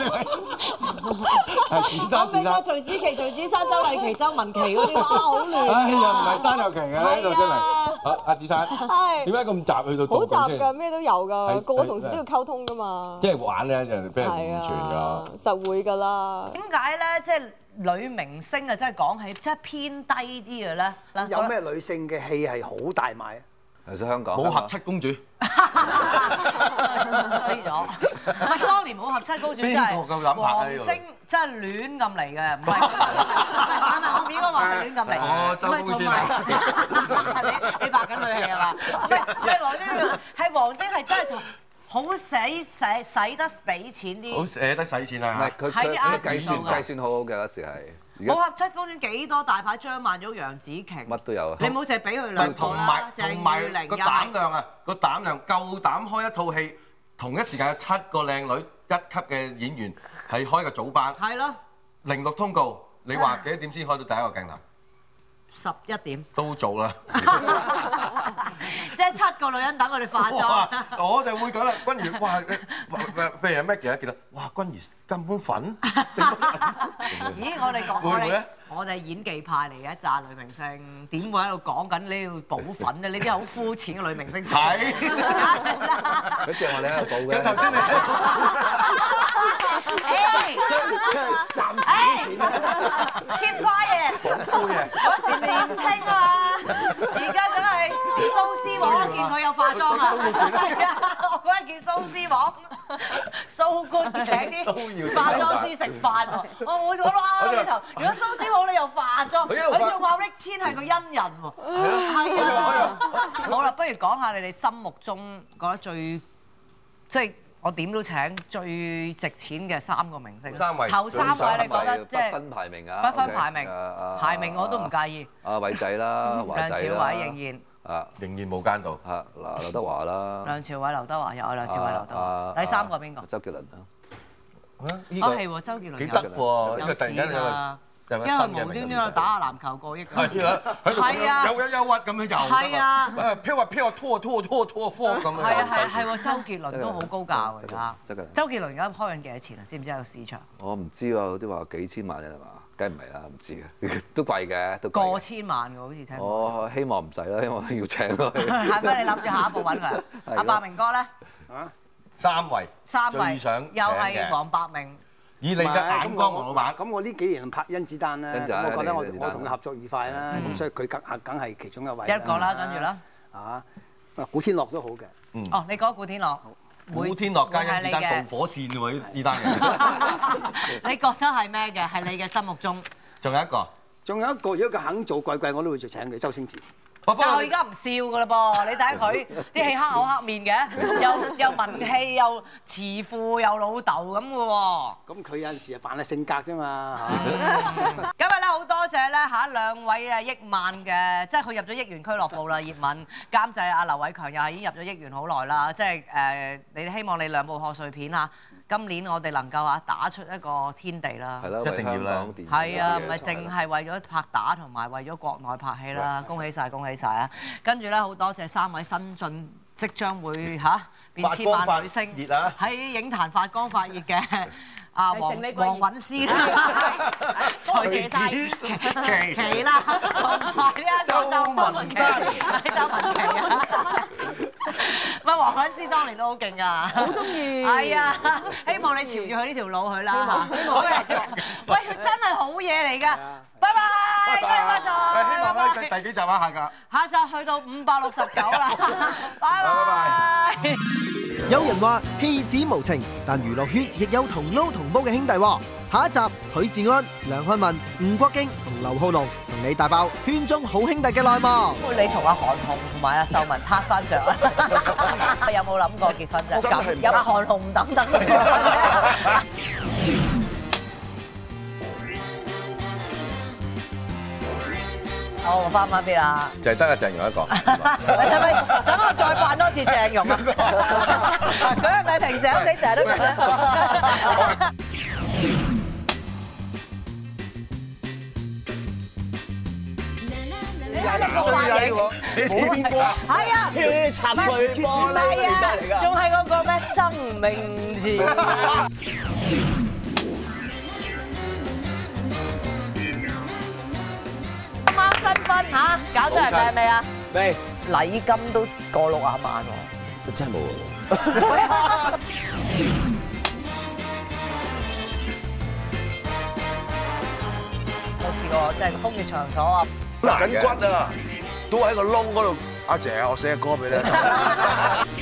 係自
我
生自
未
生
過。徐子淇、徐子珊、周麗淇、周文琪嗰啲，哇，好亂啊
哎呀，唔係山有奇嘅呢度真係。
係
好，阿子珊，
係
點解咁雜去到
好
道具
雜
先
㗎，咩都有㗎，
係
個個同事都要溝通㗎嘛
即。係玩咧，就俾人
係
誤傳
啊
咗。，
實會㗎啦。
點解咧？即係女明星啊，真係講起真係偏低啲嘅咧。嗱
有咩女性嘅戲係好大賣啊？
其實香港
武
香
俠
港
七公主，
衰 咗，唔係當年武俠七公主真係
邊個夠膽拍啊呢
王
個
晶真係亂咁嚟嘅，唔係 唔係唔係我應該話係亂咁嚟。
哦收工先啊
唔係同埋 你你拍緊女戲係嘛？唔 係唔係王晶呢個，係王晶係真係同好使使使得俾錢
好
啲。
捨得使錢
唔
啊
係！佢
喺
佢
啲
佢
artist
計算
度㗎
計算好好嘅嗰時係，而
武
家
俠七公主幾多大牌？張曼玉、楊紫瓊，
乜都有啊
你唔好淨係俾佢兩
但
套
同
啦
埋，
鄭
同
裕
埋
玲
個
又係
膽。量啊，個膽量夠膽開一套戲，同一時間有七個靚女一級嘅演員係開個組班，
係咯，
零六通告，你話幾多點先開到第一個鏡頭？
十一 點，
都做啦。
即係七個女人等我哋化
哇
妝。！
我就會講啦，君如哇，誒譬如 Maggie 一見到，哇，君如根本粉，
咦，我哋講
會唔
我
會
哋
咧
我哋演技派嚟嘅一紮女明星，點會喺度講緊呢要補粉咧？呢啲係好膚淺嘅女明星。
係
佢借我哋喺度報
咁
嘅
頭。先你睇到。
暫時 keep quiet，
夫嘅，
嗰時年青啊，而家梗係蘇絲黃，我見佢有化妝啊，係啊，我嗰日見蘇絲黃，蘇官請啲化妝師食飯喎，我我我都啱啱呢頭，如果蘇絲黃你又化妝，
佢又化
你仲話 Rick 千係個恩人喎，係啊，好啦，不如講下你哋心目中覺得最即係。我點都請最值錢嘅三個明星，
三位
頭三位你覺得即係
不分排名啊？
不分排名
OK，啊啊，
排名我都唔介意。
啊。阿偉仔啦，華
梁朝
仔啦，
偉仍然，
啊
仍然無間道。
啊嗱劉德華
啊
啦，
梁朝偉、劉德華又有梁朝偉、劉德華。
啊
第三個邊個？
周杰倫啊，
呢
哦，係喎，周杰倫
幾
有
得喎！呢
有
個突
事
然間有
㗎因
個，有個
為
新嘅
無端
名
端喺度打下籃球過億㗎。
係啊，喺
係啊
度咁樣有有憂鬱咁樣又
係啊
誒飄啊飄啊拖啊拖啊拖啊拖啊拖啊咁樣。
係啊係啊係喎，周杰倫都好高價㗎而
周杰倫
家。
周杰倫
周杰倫而家開緊幾多錢啊？知唔知喺個市場
我唔知喎，有啲話幾千萬啫係嘛？梗係唔係啦，唔知嘅， 都貴嘅，都貴嘅
過千萬㗎，好似聽講。
哦
我希望唔使啦，因為我要請佢。
係咪你諗住下一步揾佢啊？
係咯
阿白明哥咧，
三位，
三位
最想
又
請
係
嘅
黃百鳴。
以你嘅眼光，黃老闆。
啊咁我呢幾年拍甄子丹咧，
甄子丹
咁我覺得我
甄子丹
我同佢合作愉快啦，
嗯
咁所以佢梗梗係其中一位。
一個啦跟住啦，
啊，啊古天樂都好嘅，
哦，你講古天樂。會
嗯古天樂加
會係
甄
你
子
嘅
丹導火線喎，呢呢單嘢。
你覺得係咩嘅？係你嘅心目中，
仲有一個，
仲有一個如果佢肯做貴貴，我都會再請佢，周星馳。
不
但係
過
我而家唔笑噶啦噃， 你睇下佢啲戲黑口黑面 嘅，又又文氣又慈父又老豆咁嘅喎。
咁佢有陣時啊扮下性格啫嘛，嚇
今日咧好多謝咧嚇兩位啊億萬嘅，即係佢入咗億元俱樂部啦，葉問監製阿劉偉強又係已經入咗億元好耐啦，即係誒、你希望你兩部賀歲片嚇，今年我哋能夠啊打出一個天地啦
係。啦，
一定要啦
為香港電影
係啊，
嘅
唔係淨係為咗拍打同埋為咗國內拍戲啦，恭喜晒，恭喜晒啊！跟住咧，好多謝三位新晉，即將會嚇變千萬女星，
發光發熱啊
喺影壇發光發熱嘅啊黃
成李貴
黃
賢
韻詩 啦， 徐子
琪
琪啦，同埋呢一個
周文山
周文琪啊！喂，黃韻詩當年都好勁㗎，好中意。係啊，希望你朝住佢呢條路去啦嚇。好嘅喂，佢真係好嘢嚟㗎。拜拜，
啊拜
今日
拜
拜
誒希望
拜
咧第第幾集啊下架。
下集去到五百六十九 啦，拜
拜
拜。
有人話戲子無情，但娛樂圈亦有同撈同煲嘅兄弟喎。下一集許志安、梁漢文、吳國敬同劉浩龍同你大爆圈中好兄弟嘅內幕。
你同阿韓紅同埋阿秀文拍翻著啊？ 有冇諗過結婚就咁？有阿韓紅唔等等。 好，翻返邊啊？
就係得阿鄭融一個。
喂，使咪使我再扮多次鄭融啊？佢係咪平時喺屋企成日都咁咧？你睇你個髮型，
冇邊個啊？
係啊，擦碎玻璃啊，仲係嗰個咩曾明治。新婚嚇，搞出嚟靚未啊？
未
禮金都過六啊萬喎。
真係冇啊喎。
冇試過，即係風月場所啊！
好難緊骨啊，都喺個窿嗰度。阿姐，我寫個歌俾你。